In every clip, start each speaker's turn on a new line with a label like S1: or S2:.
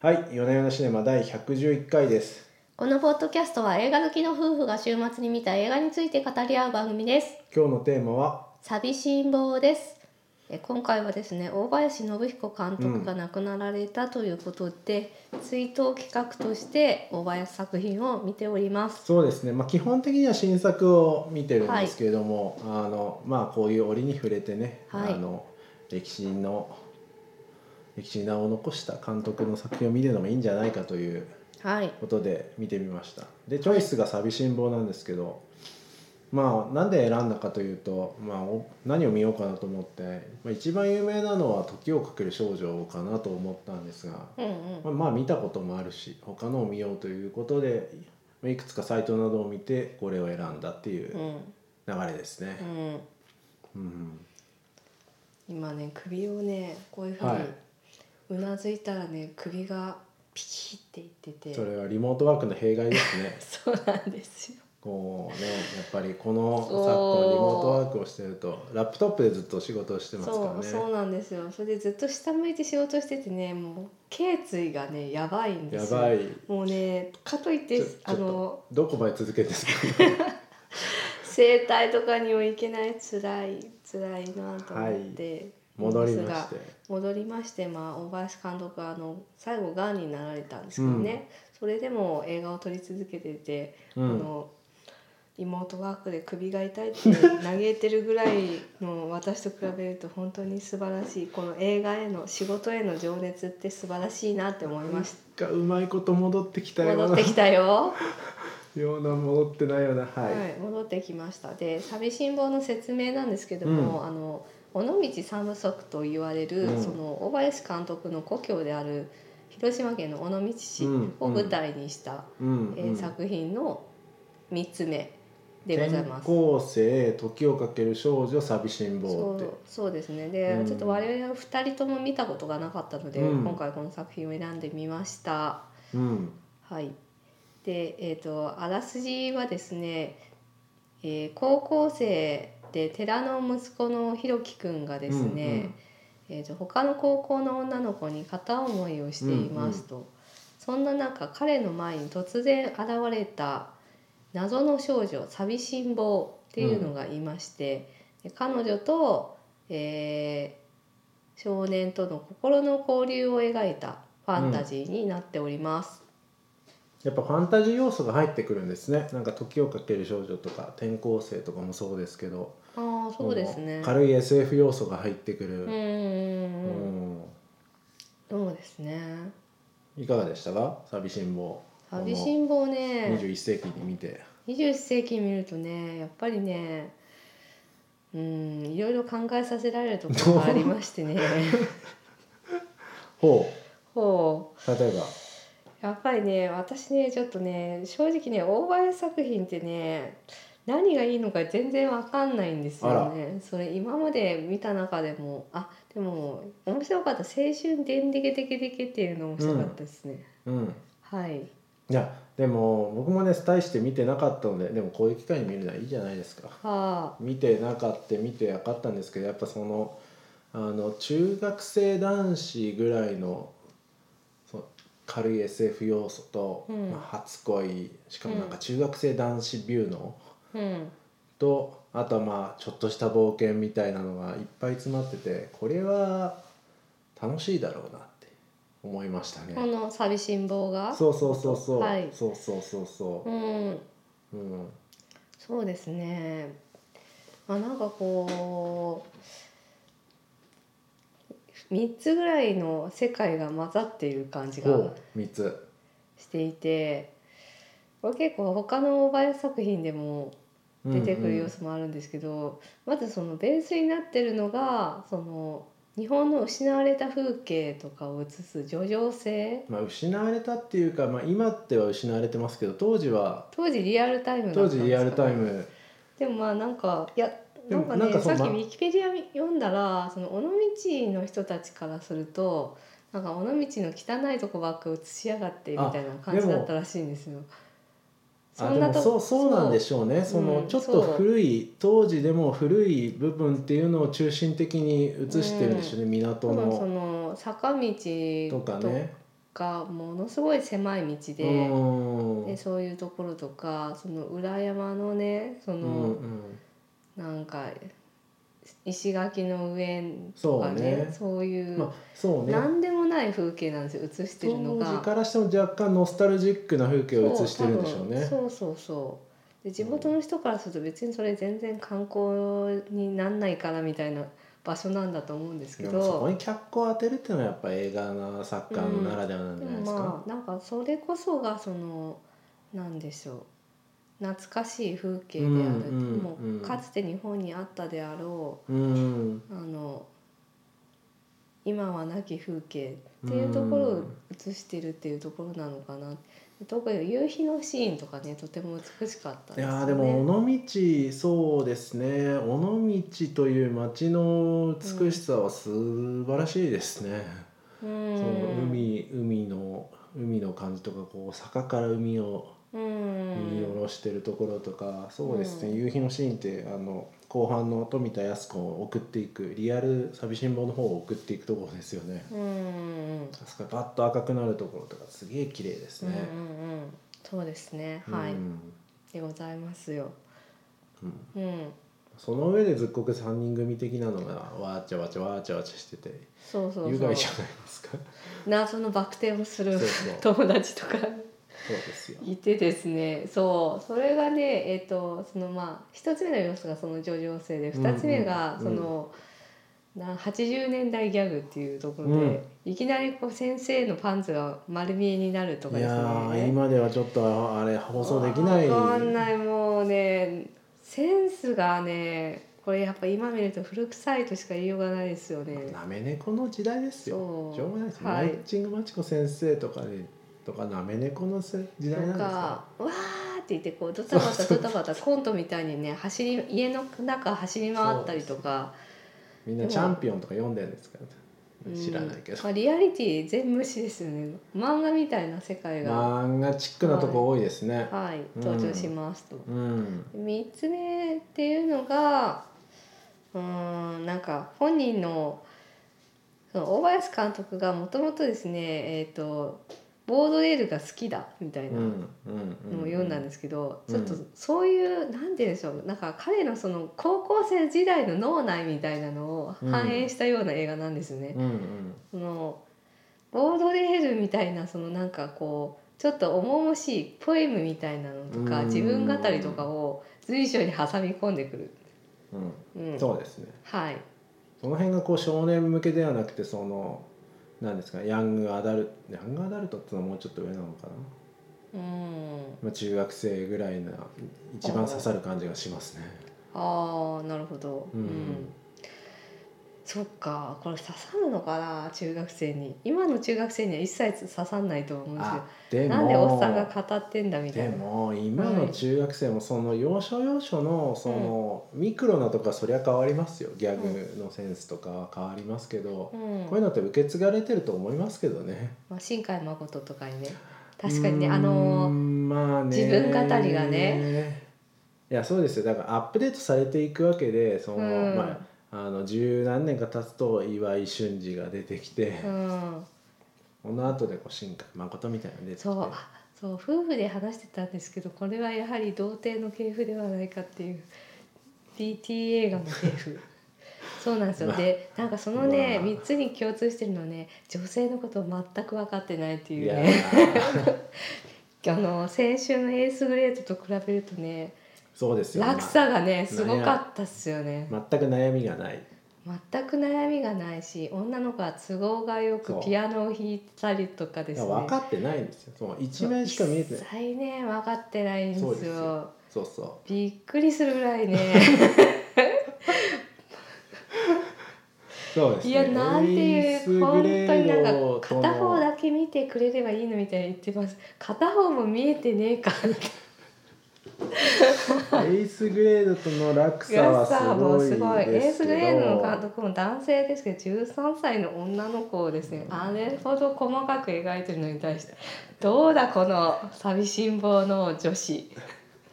S1: はい、夜な夜なシネマ第111回です。
S2: このポッドキャストは映画好きの夫婦が週末に見た映画について語り合う番組です。
S1: 今日のテーマは、
S2: 寂しん坊です。え今回はですね、大林信彦監督が亡くなられたということで、追悼企画として大林作品を見ております。
S1: そうですね、まあ、基本的には新作を見てるんですけれども、あのまあ、こういう折に触れてね、
S2: はい
S1: あの歴史の歴史に名を残した監督の作品を見るのもいいんじゃないかという
S2: はい。
S1: ことで見てみましたでチョイスが「寂しん坊」なんですけどまあなんで選んだかというと、まあ、お何を見ようかなと思って、まあ、一番有名なのは「時をかける少女」かなと思ったんですが、
S2: うんう。
S1: まあ、まあ見たこともあるし他のを見ようということでまあいくつかサイトなどを見てこれを選んだっていうん流れです
S2: う
S1: ね。
S2: ん。うん。
S1: うん
S2: 今ね、首をね、こういうふう
S1: はいう
S2: なずいたらね、首がピキっていってて
S1: それはリモートワークの弊害ですね
S2: そうなんですよ。
S1: こうねやっぱりこの昨
S2: そう
S1: 今リモートワークをしてるとラップトップでずっと仕事をしてますから
S2: そう
S1: ね
S2: そうなんですよそれでずっと下向いて仕事しててねもう頸椎がねやばいんで
S1: や
S2: すよ
S1: ばい
S2: もうねかといっ
S1: ち
S2: て
S1: ょちょっと
S2: あの
S1: どこまで続けるんです かは
S2: 整体とかにも行けない辛い辛いなと思って、
S1: 戻りま
S2: で
S1: し
S2: す
S1: て
S2: が戻りましてまあ大林監督はあの最後がんになられたんですけどね、それでも映画を撮り続けてて、
S1: う
S2: あ
S1: ん
S2: のリモートワークで首が痛いって嘆いてるぐらいの私と比べると本当に素晴らしいこの映画への仕事への情熱って素晴らしいなって思いまし
S1: がうまいこと戻ってきた
S2: た
S1: よう
S2: 戻
S1: な
S2: ってきたよ、
S1: ような戻ってないようなは、
S2: はいい、戻ってきましたで「寂しん坊」の説明なんですけども、あの尾道三部作と言われる、
S1: うん
S2: その大林監督の故郷である広島県の尾道市を舞台にした、
S1: うん
S2: えー作品の3つ目でござい
S1: 転
S2: ます。
S1: 校生時をかける少女寂しん坊っ
S2: そ
S1: て
S2: うそうですねで、
S1: うん
S2: ちょっと我々は2人とも見たことがなかったので、
S1: うん
S2: 今回この作品を選んでみました
S1: うん
S2: はいでえっ、とあらすじはですね、えー高校生で寺の息子のひろきくんがですね、えー、と他の高校の女の子に片思いをしていますと、そんな中彼の前に突然現れた謎の少女寂しん坊っていうのがいまして、で彼女と、えー少年との心の交流を描いたファンタジーになっております。
S1: やっぱファンタジー要素が入ってくるんですねなんか時をかける少女とか転校生とかもそうですけど
S2: ああそうですね。
S1: 軽い SF 要素が入ってく
S2: う
S1: る、うん
S2: うんうん、
S1: ん
S2: そうですね。
S1: いかがでしたか寂しん坊
S2: 寂しん坊ね。
S1: 21世紀に見て、
S2: 21世紀見るとねやっぱりねうんいろいろ考えさせられるところがありまし てね
S1: ほ
S2: ほう
S1: う例えば
S2: やっぱりね私ねちょっとね正直ね大林作品ってね何がいいのか全然わかんないんですよねそれ今まで見た中でもあでも面白かった「青春デンデケデケデケ」っていうの面白かったですね、
S1: うん
S2: はい
S1: いやでも僕もね大して見てなかったのででもこういう機会に見るのはいいじゃないですか
S2: はあ
S1: 見てなかった見て分かったんですけどやっぱそのあの中学生男子ぐらいのその軽い SF 要素と、
S2: うん
S1: まあ初恋しかもなんか中学生男子ビューの、
S2: うん
S1: とあとはまあちょっとした冒険みたいなのがいっぱい詰まっててこれは楽しいだろうなって思いましたね。
S2: この寂しん坊が
S1: そうそうそうそう、
S2: はい
S1: そうそうそうそ
S2: うん
S1: う、うん、
S2: そうですね。まあなんかこう3つぐらいの世界が混ざっている感じ
S1: ほ
S2: が
S1: う三つ、
S2: していてこれ結構他の大林作品でも出てくる要素もあるんですけど、まずそのベースになってるのがその日本の失われた風景とかを映す叙情性
S1: まあ、失われたっていうか、まあ、今っては失われてますけど当時は
S2: 当時リアルタイムだった
S1: 当
S2: んで
S1: 時
S2: すかね
S1: リアルタイム
S2: でもまあなんかいや
S1: で
S2: な
S1: も
S2: んか
S1: なん
S2: ね
S1: かそ
S2: さ
S1: の
S2: っきウ
S1: ま
S2: ィキペディア読んだらその尾道の人たちからするとなんか尾道の汚いとこばっか映しやがってみたいな感じだったらしいんですよ。
S1: あでもそうそうなんで
S2: ょ
S1: しょうねその、
S2: うん
S1: ちょっ
S2: そ
S1: と
S2: う
S1: 古い当時でも古い部分っていうのを中心的に映してるんでしょうね、
S2: そ
S1: 港
S2: のそ
S1: の
S2: の坂道
S1: とかね
S2: がものすごい狭い道
S1: う
S2: で,、
S1: ん
S2: でそういうところとかその裏山のねその、
S1: うんうん
S2: なんか石垣の上と
S1: そ
S2: か
S1: う
S2: ね
S1: ね
S2: そういう、
S1: まあそうね
S2: 何でもない風景なんですよ映してる
S1: 当
S2: の
S1: 時
S2: が。
S1: からしても若干ノスタルジックな風景を
S2: そう
S1: 映してるんでしょうね
S2: 多分そうそうそうで地元の人からすると別にそれ全然観光になんないからみたいな場所なんだと思うんですけ
S1: でもそこ
S2: ど
S1: に脚光を当てるっていうのはやっぱ映画の作家ならではなんじ
S2: で
S1: ゃない
S2: も
S1: ですか、
S2: まあなんかそれこそがそのなんでしょう懐かしい風景である、
S1: うんうん
S2: もううんかつて日本にあったであろ
S1: うん
S2: うあの今はなき風景っていうところを映してるっていうところなのかな、特に夕日のシーンとかねとても美しかった
S1: い
S2: よね
S1: やーでも尾道そうですね尾道という町の美しさは素晴らしいですね、
S2: う
S1: その
S2: ん、
S1: 海海の海の感じとかこう坂から海を
S2: うん、
S1: 見下ろしてるところとか、そうですね、
S2: うん
S1: 夕日のシーンってあの後半の富田靖子を送っていくリアル寂しん坊の方を送っていくところですよね、
S2: うんうんうん
S1: あそこがバッと赤くなるところとかすげえ綺麗です
S2: うん
S1: ね、
S2: うんうんそうですねはい、
S1: うん
S2: でございますよ
S1: うん
S2: うん
S1: その上でずっこく3人組的なのがわーちゃわちゃわーちゃわちゃしてて
S2: そうそう
S1: 優
S2: そ
S1: 雅
S2: う
S1: いじゃないですか
S2: 謎のバク転をする
S1: そうそう
S2: 友達とか
S1: そうですよ
S2: いてですねそうそれがねえっ、とそのまあ1つ目の要素がその上場性で
S1: うんうん
S2: 2つ目が
S1: うん
S2: その、な80年代ギャグっていうところで、いきなりこう先生のパンツが丸見えになるとか
S1: い
S2: です
S1: や
S2: ね
S1: ー今ではちょっとあれ放送できない
S2: わかんないもうねセンスがねこれやっぱ今見ると古臭いとしか言いようがないですよね
S1: なめ猫の時代ですよ
S2: そう
S1: しょうがないですよ、
S2: はい
S1: マッチングマチコ先生とかでとかなめ猫のせ時
S2: と
S1: 代なんです
S2: か
S1: か
S2: わーって言ってこうドタバタドタバタコントみたいにね走り家の中走り回ったりとか
S1: みんな「チャンピオン」とか読んでるんですか、
S2: うん
S1: 知らないけど、
S2: まあ、リアリティ全無視ですよね漫画みたいな世界が、
S1: 漫画チックなとこ多いですね、
S2: はい
S1: うん
S2: 登場しますと、
S1: うん
S2: 3つ目っていうのがうーんなんか本人のその大林監督がもともとですねえっ、とボードレールが好きだみたい
S1: うんう
S2: なんの
S1: うん
S2: を読んだんですけど、
S1: うん
S2: ちょっとそういうなんて言うんでしょうなんか彼のその高校生時代の脳内みたいなのを反映したような映画なんですよね。
S1: うんうん
S2: そのボードレールみたいなそのなんかこうちょっと重々しいポエムみたいなのとか
S1: うん
S2: 自分語りとかを随所に挟み込んでくる、
S1: うん
S2: うん、
S1: そうですね
S2: はい
S1: その辺がこう少年向けではなくてそのなんですかヤングアダルトヤングアダルトってのはもうちょっと上なのかな、
S2: うん
S1: まあ、中学生ぐらいな一番刺さる感じがしますね
S2: ああなるほどう、
S1: うんん
S2: そっかこれ刺さるのかな中学生に今の中学生には一切刺さんないと思うんです
S1: あ
S2: よ
S1: でも
S2: なんでおっさんが語ってんだみた
S1: で
S2: いな
S1: も今の中学生もその要所要所のそのミクロなとかそりゃ変わりますよギャグのセンスとかは変わりますけど
S2: う、
S1: こういうんのって受け継がれてると思いますけどね
S2: まあ、新海誠とかにね確かにね
S1: うーん
S2: あのー
S1: まあね
S2: 自分語りがね
S1: いやそうですよだからアップデートされていくわけでその、
S2: うん
S1: まああの十何年か経つと岩井俊二が出てきて、
S2: うん
S1: この後でこう新海誠みたいなの出てきて
S2: そうあそう夫婦で話してたんですけどこれはやはり童貞の系譜ではないかっていう BT 映画の系 譜そうなんですよ、
S1: まあ
S2: でなんかそのね、
S1: まあ
S2: 3つに共通してるのはね女性のことを全く分かってないってい
S1: いうや
S2: ね
S1: ー
S2: あの先週のエースグレードと比べるとね
S1: そうですよ、
S2: 落差がねすごかったっすよね、
S1: まあ全く悩みがない
S2: 全く悩みがないし女の子は都合がよく
S1: そう
S2: ピアノを弾いたりとかで
S1: い
S2: す
S1: や
S2: ね
S1: 分かってないんですよその一面しか見えてない
S2: 一切ね分かってないんです
S1: そうです
S2: よ
S1: よそうそ
S2: びっくりするぐらいね
S1: うそうです、ね、
S2: いやなんていう本当になんか片方だ
S1: け
S2: け見てくれればいいのみたいに言ってます片方も見えてねえかみたい
S1: エースグレードとの落
S2: な
S1: 差はす
S2: も
S1: ごいで
S2: う
S1: すすけど
S2: ごいエースグレードの監督も男性ですけど13歳の女の子をですねあれほど細かく描いてるのに対してどうだこの寂しん坊の女子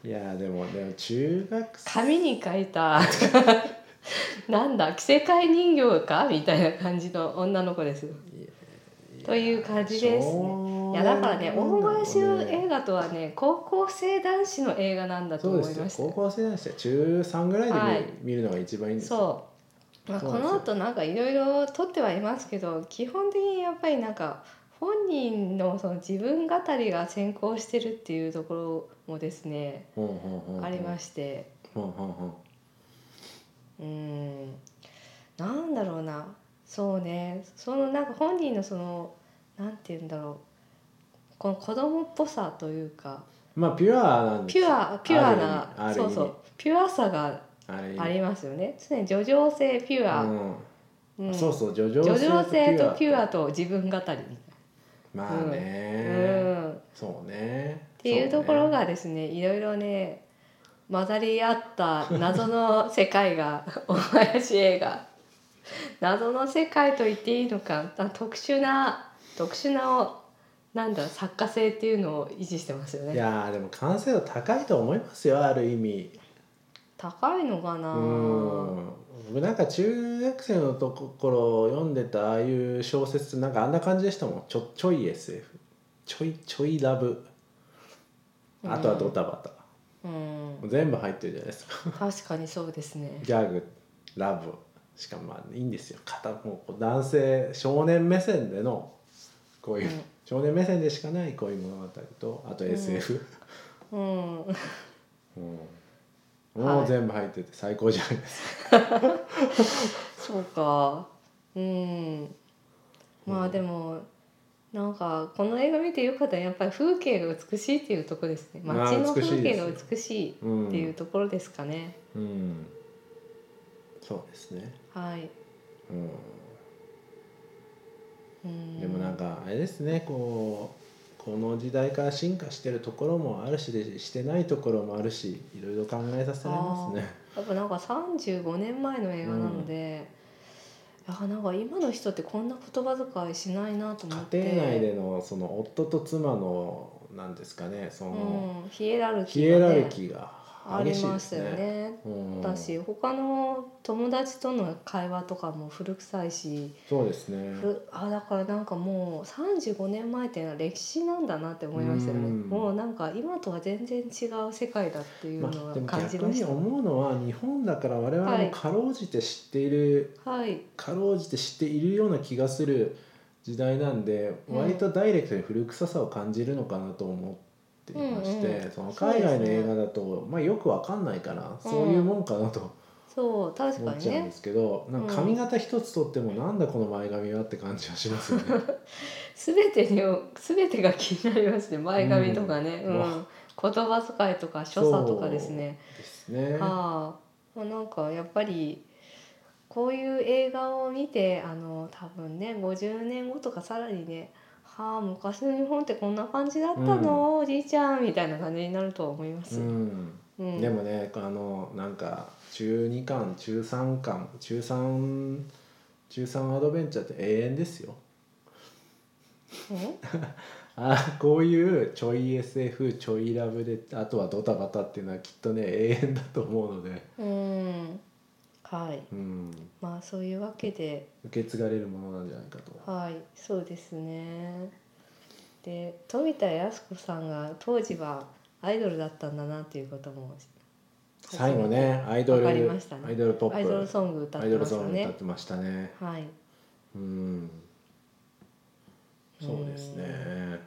S1: いやでもでも中学生
S2: 紙に書いた なんだ着せ替え人形かみたいな感じの女の子ですよ
S1: いや
S2: という感じですね。いやだからね恩返しの映画とはね高校生男子の映画なんだと
S1: そう
S2: 思
S1: で
S2: い
S1: すよ
S2: ました
S1: 高校生男子は中3ぐらいで見,、
S2: はい
S1: 見るのが一番いいんですよ
S2: そう、まあ、
S1: そう
S2: こ
S1: なんですよ
S2: の後なんかいろいろ撮ってはいますけど基本的にやっぱりなんか本人のその自分語りが先行してるっていうところもですね
S1: ほうほうほうほう
S2: ありまして
S1: ほうほうほ
S2: うんなんだろうなそうねそのなんか本人のそのなんて言うんだろうこの子供っぽさというか
S1: うまあピュアなんです
S2: ピ
S1: よ
S2: ュアピュアな
S1: ある意味ある意
S2: そう
S1: 味
S2: そうピュアさが
S1: あれ
S2: ありますよね常に叙情性ピュア、
S1: う、
S2: うんん
S1: そうそう叙情
S2: 叙情性とピュア
S1: と
S2: と自分語りみたいな、
S1: まあね、
S2: うん、っ
S1: そうね
S2: ていうところ
S1: そうね
S2: がですねいろいろね混ざり合った謎の世界 がお囃子映画謎の世界と言っていいのかあ特殊な特殊ななんだ作家性っていうのを維持してますよ
S1: い
S2: ね
S1: やーでも完成度高いと思いますよある意味
S2: 高いのかな
S1: うん僕なんか中学生のところ読んでたああいう小説なんかあんな感じでしたもんちょちょい SF ちょいちょいラブあとはドタバタ、
S2: うん、
S1: 全部入ってるじゃないですか
S2: 確かにそうですね
S1: ギャグラブしかもまあいいんですよ片もう男性少年目線でのこういう、
S2: うん
S1: 少年目線でしかないこういう物語とあと SF、
S2: うん
S1: うんもう全部入ってて最高じゃないですか、
S2: そうかうんま
S1: う
S2: あ
S1: ん
S2: でもなんかこの映画見てよかったのはやっぱり風景が美しいっていうところですね
S1: あー
S2: 街の
S1: 美し
S2: 風
S1: いで
S2: 景
S1: す
S2: が
S1: よ
S2: 美しい
S1: うん、
S2: っていうところですかね、
S1: うん、そうですね、
S2: はい、
S1: う
S2: うん、
S1: ん、でもなんかあれですねこうこの時代から進化してるところもあるしでしてないところもあるしいろいろ考えさせられますね。
S2: やっぱなんか35年前の映画なので、あなんか今の人ってこんな言葉遣いしないなと思って
S1: 家庭内でのその夫と妻のなんですかねその、
S2: うん、ヒエラルキ
S1: ヒ
S2: ー
S1: エ
S2: が
S1: ラ
S2: ね、
S1: ルキーが
S2: あ
S1: 激し
S2: り
S1: いで
S2: ますす
S1: ね
S2: よ。ね
S1: うん
S2: だし他の友達との会話とかも古臭いし、
S1: そうですね。
S2: ふあだからなんかもう35年前っていうのは歴史なんだなって思いましたよね、
S1: うん
S2: もうなんか今とは全然違う世界だっていう
S1: ま
S2: の
S1: あ、
S2: は
S1: でも
S2: 感
S1: 逆
S2: じまし
S1: に
S2: た、
S1: 思うのは日本だから我々
S2: は
S1: も
S2: い
S1: かろうじて知っている、
S2: はい
S1: かろうじて知っているような気がする時代なんで、
S2: うん
S1: 割とダイレクトに古臭さを感じるのかなと思っていまして、
S2: うんうん
S1: その
S2: そう
S1: 海
S2: ですね
S1: 外の映画だと、まあ、よくわかんないからそういうもんかなと
S2: そう確
S1: 思
S2: か
S1: っ
S2: に
S1: ちゃうん
S2: ね
S1: ですけど、なんか
S2: うん
S1: 髪型一つとってもなんだこの前髪はって感じはしますよね。
S2: 全てに全てが気になりますね前髪とかね、
S1: う
S2: うんん
S1: うわ
S2: 言葉遣いとか所作とかですね
S1: ですね。
S2: ああまあなんかやっぱりこういう映画を見てあの多分ね50年後とかさらにね「はあ昔の日本ってこんな感じだったの、おじいちゃん」みたいな感じになると思いま
S1: う
S2: す。
S1: ん
S2: うん
S1: でもねあのなんか中2巻中3巻中3中3アドベンチャーって永遠ですよ
S2: うん
S1: あ こういうちょい SF ちょいラブであとはドタバタっていうのはきっとね永遠だと思うので、
S2: うんはい
S1: うん、
S2: まあそういうわけで
S1: 受け継がれるものなんじゃないかと
S2: はいそうですね。で富田靖子さんが当時はアイドルだったんだなっていうことも
S1: 最後ねアイドル、
S2: わかりましたね
S1: アイドルポップ
S2: アイドルソング歌っ
S1: ア
S2: て
S1: イドル
S2: まし
S1: ソ
S2: た
S1: ング歌
S2: ね
S1: っ。てましたね
S2: はい
S1: うんそうですね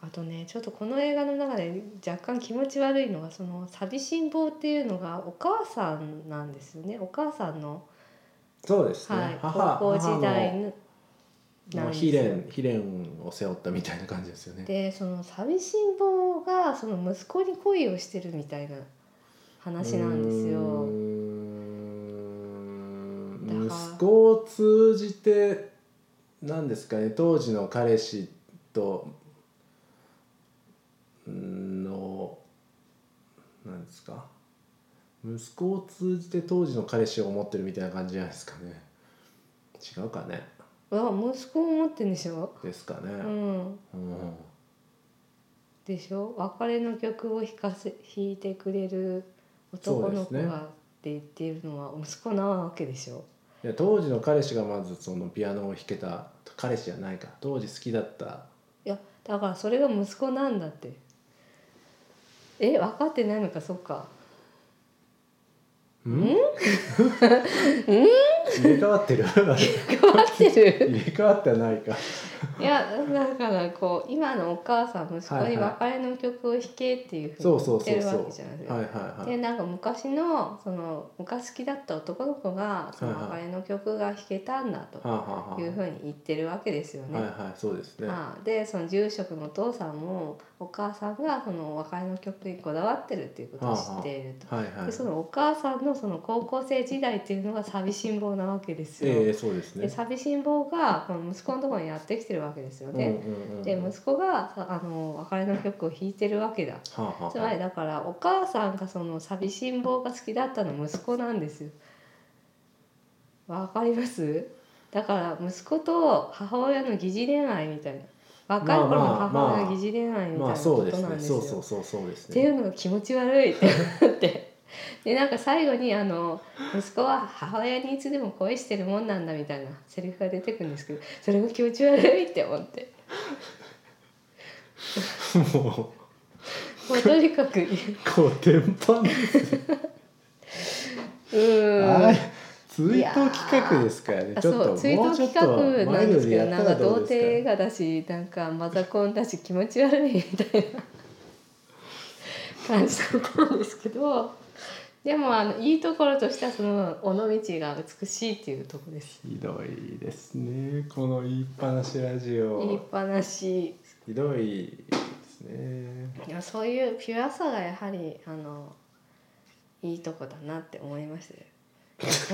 S2: あとねちょっとこの映画の中で若干気持ち悪いのがその寂しん坊っていうのがお母さんなんですよねお母さんの、
S1: そうですね、
S2: はい、
S1: 母
S2: 高校時代
S1: 母
S2: の
S1: の
S2: な
S1: もうん
S2: です
S1: 悲恋
S2: よ
S1: 悲恋を背負ったみたいな感じですよね
S2: でその寂しん坊がその息子に恋をしてるみたいな話なんです
S1: う
S2: よ。
S1: ーん
S2: だから
S1: 息子を通じて何ですかね当時の彼氏とうーんの何ですか息子を通じて当時の彼氏を思ってるみたいな感じじゃないですかね違うかね
S2: わ息子を持ってんでしょ、
S1: ですか
S2: う
S1: ね、
S2: ん、
S1: うん
S2: でしょ別れの曲を弾かせ弾いてくれる男の
S1: そう
S2: 子
S1: ですね
S2: がって言ってるのは息子なわけでしょ。
S1: いで当時の彼氏がまずそのピアノを弾けた彼氏じゃないか当時好きだった
S2: いやだからそれが息子なんだってえ分かってないのかそっ か
S1: ん入れ替わってる
S2: 変わってる
S1: 入れ替わってはないか
S2: いやだからこう今のお母さん息子に
S1: はいはい
S2: 別れの曲を弾けっていうふ
S1: そうう
S2: に
S1: そ
S2: 言
S1: うそう
S2: ってる
S1: そ
S2: わ
S1: う
S2: けじゃないですか
S1: はいはいは
S2: で
S1: い
S2: なんか昔のその昔好きだった男の子がその
S1: はいは
S2: 別れの曲が弾けたんだと
S1: はあはあはあ
S2: いうふうに言ってるわけですよね。
S1: はいはいそうですね
S2: ああでその住職のお父さんもお母さんがその別れの曲にこだわってるっていうことを知っていると。
S1: はいは
S2: で
S1: い
S2: そのお母さんのその高校生時代っていうのが寂しん坊なわけですよ。
S1: ええそうです
S2: で
S1: ね
S2: 寂しん坊がこの息子のところにやってきてるわけですよね。
S1: うんうんうん
S2: で息子がさあの別れの曲を弾いてるわけだ。
S1: はあはあ
S2: つまりだからお母さんがその寂しん坊が好きだったの息子なんですよ。わかりますだから息子と母親の疑似恋愛みたいな若い頃の母親の疑似恋愛みたい
S1: ま
S2: な
S1: あ
S2: こ
S1: そう
S2: と
S1: です
S2: なん
S1: ね
S2: ですよ。
S1: そう
S2: っ
S1: そうそうそうです
S2: てい
S1: ね
S2: うのが気持ち悪いってなって。でなんか最後にあの息子は母親にいつでも恋してるもんなんだみたいなセリフが出てくるんですけどそれが気持ち悪いって思って
S1: もう
S2: もうとにかくう
S1: こう天板です
S2: ーん
S1: はい追悼企画ですからね
S2: あ
S1: ちょっ
S2: そ
S1: と
S2: う追
S1: もう
S2: 悼
S1: ちょっ
S2: 企
S1: と
S2: 画な
S1: マイ
S2: ん
S1: ル
S2: で
S1: ドに
S2: すけど
S1: やっ
S2: な
S1: た
S2: んから
S1: ど
S2: 童
S1: う
S2: 貞映
S1: ですか
S2: 画だしなんかマザコンだし気持ち悪いみたいな感じだったんですけどでもあのいいところとしてはその尾道が美しいっていうところです。
S1: ひどいですねこの言いっぱなしラジ
S2: 言いっ
S1: オ
S2: ぱなし
S1: ひどいですね
S2: いやそういうピュアさがやはりあのいいとこだなって思いましたよ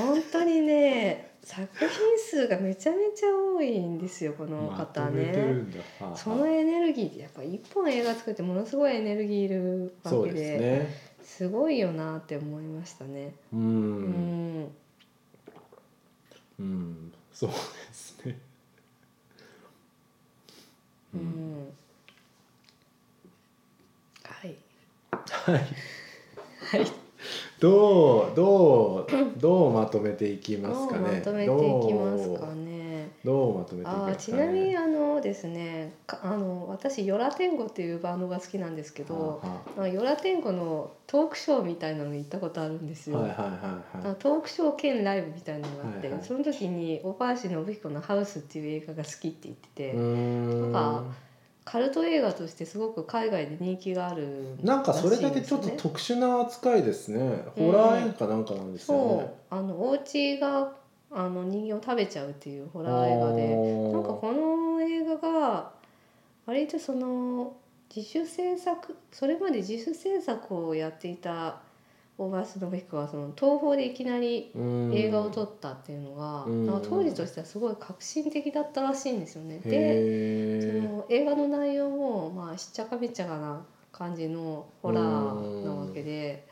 S2: 本当にね作品数がめちゃめちゃ多いんですよこの
S1: ま
S2: 方
S1: と
S2: ね。
S1: めてるんだはあはあ
S2: そのエネルギーってやっぱ一本映画作ってものすごいエネルギーいるわ
S1: そう
S2: けで
S1: ですね
S2: すごいよなって思いましたね。
S1: う
S2: うんん、
S1: うんそうですね
S2: うん
S1: うん
S2: はい、
S1: はい
S2: はい、
S1: どうどうどうまとめていき
S2: ど
S1: ます
S2: う
S1: か
S2: ま
S1: ね
S2: とめていきますかね。
S1: どうどうまとめていき
S2: あ
S1: ま
S2: ー
S1: す
S2: ち
S1: か
S2: なみに
S1: ね
S2: あのですね、かあの私ヨラ天狗っていうバンドが好きなんですけど、
S1: は
S2: まあヨラ天狗のトークショーみたいなのに行ったことあるんです
S1: あは
S2: よ。
S1: あはいはいはい
S2: あ
S1: は
S2: の
S1: い
S2: トークショー兼ライブみたいなのがあって、
S1: はいはい
S2: その時に大林信彦の「ハウス」っていう映画が好きって言ってて、
S1: うーん
S2: とかカルト映画としてすごく海外で人気がある
S1: なんかそれだけちょっと
S2: らしいんですよね
S1: 特殊な扱いですね。
S2: う
S1: ホ
S2: ん
S1: ラー演歌なんかなんですよ
S2: そ
S1: ね。
S2: うあのお家があの人形を食べちゃうっていうホラー映画でなんかこの映画が割とその自主制作それまで自主制作をやっていた大林信彦はその東宝でいきなり
S1: の
S2: 映画を撮ったっていうのが、
S1: うん
S2: なんか当時としてはすごい革新的だったらしいんですよね。でそ
S1: て
S2: の映画の内容も、まあ、しっちゃかめっちゃかな感じのホラーなわけで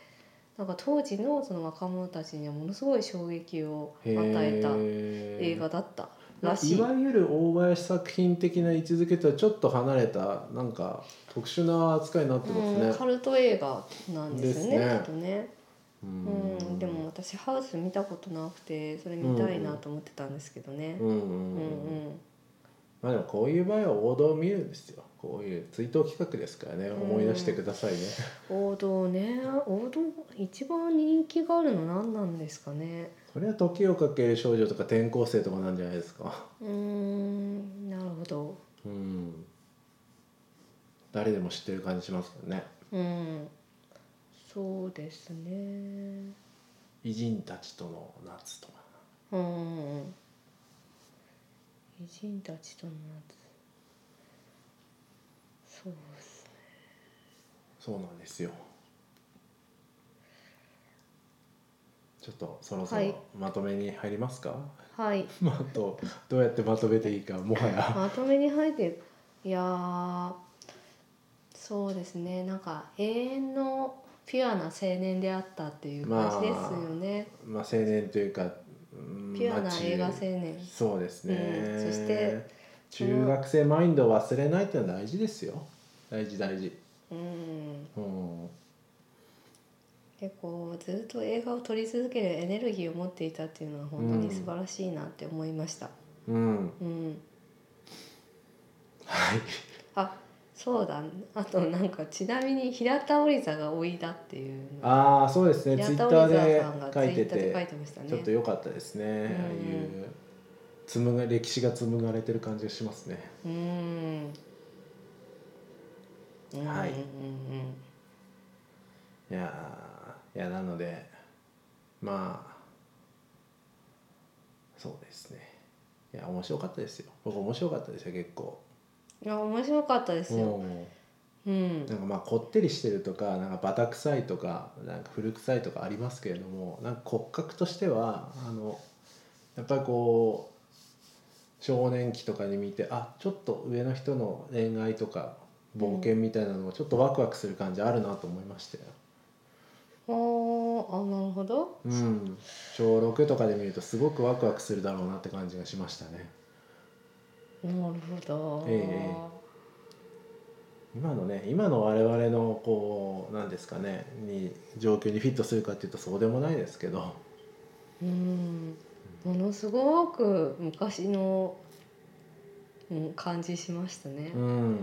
S2: なんか当時のその若者たちにはものすごい衝撃を与えた映
S1: 映
S2: 画だったらしい。
S1: いわゆる大林作品的な位置づけとはちょっと離れたなんか特殊な扱いになって
S2: う
S1: ま
S2: ん、
S1: す
S2: カ
S1: ね。
S2: ルト映画なんですよね
S1: ですね
S2: きっとね、
S1: う
S2: うん、でも私ハウス見たことなくてそれ見たいなと思ってたんですけどね、
S1: うんうん
S2: うん
S1: う
S2: うん
S1: んまあでもこういう場合は王道を見るんですよ。こういう追悼企画ですからね
S2: ん
S1: 思い出してくださいね。
S2: 王道ね王道一番人気があるの何なんですかね
S1: それは時をかける少女とか転校生とかなんじゃないですか。
S2: うーんなるほど
S1: うん誰でも知ってる感じしますけどね
S2: うん、そうですね。
S1: 偉人たちとの夏とか
S2: うん。偉人たちとの夏。そうですね。
S1: そうなんですよちょっとそろそ
S2: はい
S1: ろまとめに入りますか、
S2: はい、
S1: まああとどうやってまとめていいかもはや
S2: まとめに入って、いやー。そうですね、なんか永遠のピュアな青年であったっていう感じですよね。
S1: まあ青年というか、うん
S2: ピュア
S1: ま
S2: な
S1: あ中
S2: 映画青年。
S1: そうですね、
S2: うんそして
S1: 中学生マインドを忘れないってのは大事ですよ大事大事
S2: うん。
S1: うん
S2: 結構ずっと映画を撮り続けるエネルギーを持っていたっていうのは本当に素晴らしいなって思いました。
S1: うん
S2: うん
S1: はい
S2: あそうだあとなんかちなみに平田織座が老いだっていうの
S1: ああそうですねツイ
S2: 平
S1: ッ
S2: 田
S1: タ
S2: 織座
S1: ーで
S2: さんがツ
S1: 書
S2: イ
S1: いて
S2: ッターで書い
S1: て
S2: てましたね
S1: ちょっと良かったですね
S2: ん
S1: ああいう紡が歴史が紡がれてる感じがしますね
S2: うーんうん
S1: はい
S2: うんうん
S1: いやーいやなのでまあそうですねいや面白かったですよ僕面白かったですよ結構
S2: いや面白かったですよ
S1: うん
S2: うん
S1: なんかまあこってりしてるとかなんかバタ臭いとかなんか古臭いとかありますけれどもなんか骨格としてはあのやっぱりこう少年期とかに見てあちょっと上の人の恋愛とか冒険みたいなのもちょっとワクワクする感じあるなと思いましたよ。
S2: おーあなるほど
S1: うん、小6とかで見るとすごくワクワクするだろうなって感じがしましたね
S2: なるほど、
S1: ええ今のね今の我々のこうなんですかねに状況にフィットするかっていうとそうでもないですけど
S2: うんものすごく昔の、うん、感じしましたね、
S1: うんうんうん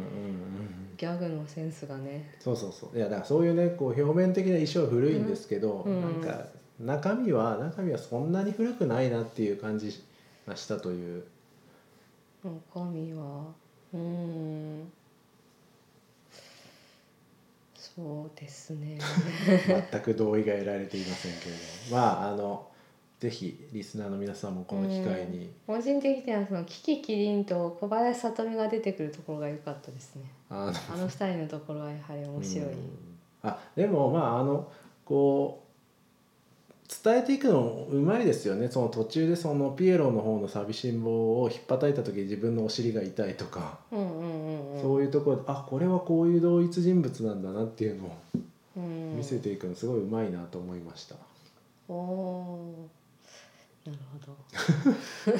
S2: ギャグのセンスがね
S1: そうそうそういやだからそういうねこう表面的な衣装は古いんですけど、
S2: うん
S1: なんか中身は中身はそんなに古くないなっていう感じがしたという
S2: 中身はうんそうですね
S1: 全く同意が得られていませんけれど まああのぜひリスナーの皆さんもこの機会に、
S2: 個人的にはそのキキキリンと小林さとみが出てくるところが良かったですね
S1: あの
S2: あの二人のところはやはり面白い、
S1: うんあでもまああのこう伝えていくのもうまいですよねその途中でそのピエロの方の寂しん坊を引っ叩いた時自分のお尻が痛いとか、
S2: うんうんうんうん
S1: そういうところであこれはこういう同一人物なんだなっていうのを
S2: うん
S1: 見せていくのすごいうまいなと思いました。
S2: おおーなるほど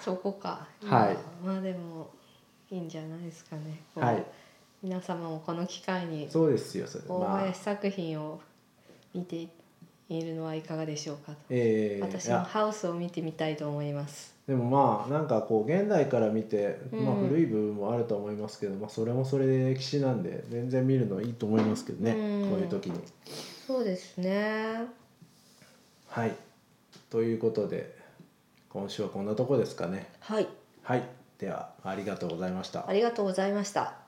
S2: そこか
S1: はい
S2: まあでもいいんじゃないですかねこう
S1: はい、
S2: 皆様もこの機会に
S1: そうですよそれ、
S2: 大
S1: まあ
S2: 林、作品を見ているのはいかがでしょうかと、
S1: えー
S2: 私
S1: い
S2: も
S1: や
S2: ハウスを見てみたいと思います
S1: でもまあなんかこう現代から見て、まあ、
S2: うん
S1: 古い部分もあると思いますけど、まあ、それもそれで歴史なんで全然見るのいいと思いますけどね、
S2: うん
S1: こういう時に。
S2: そうですね
S1: はいということで今週はこんなとこですかね。
S2: はい
S1: はいではありがとうございました。
S2: ありがとうございました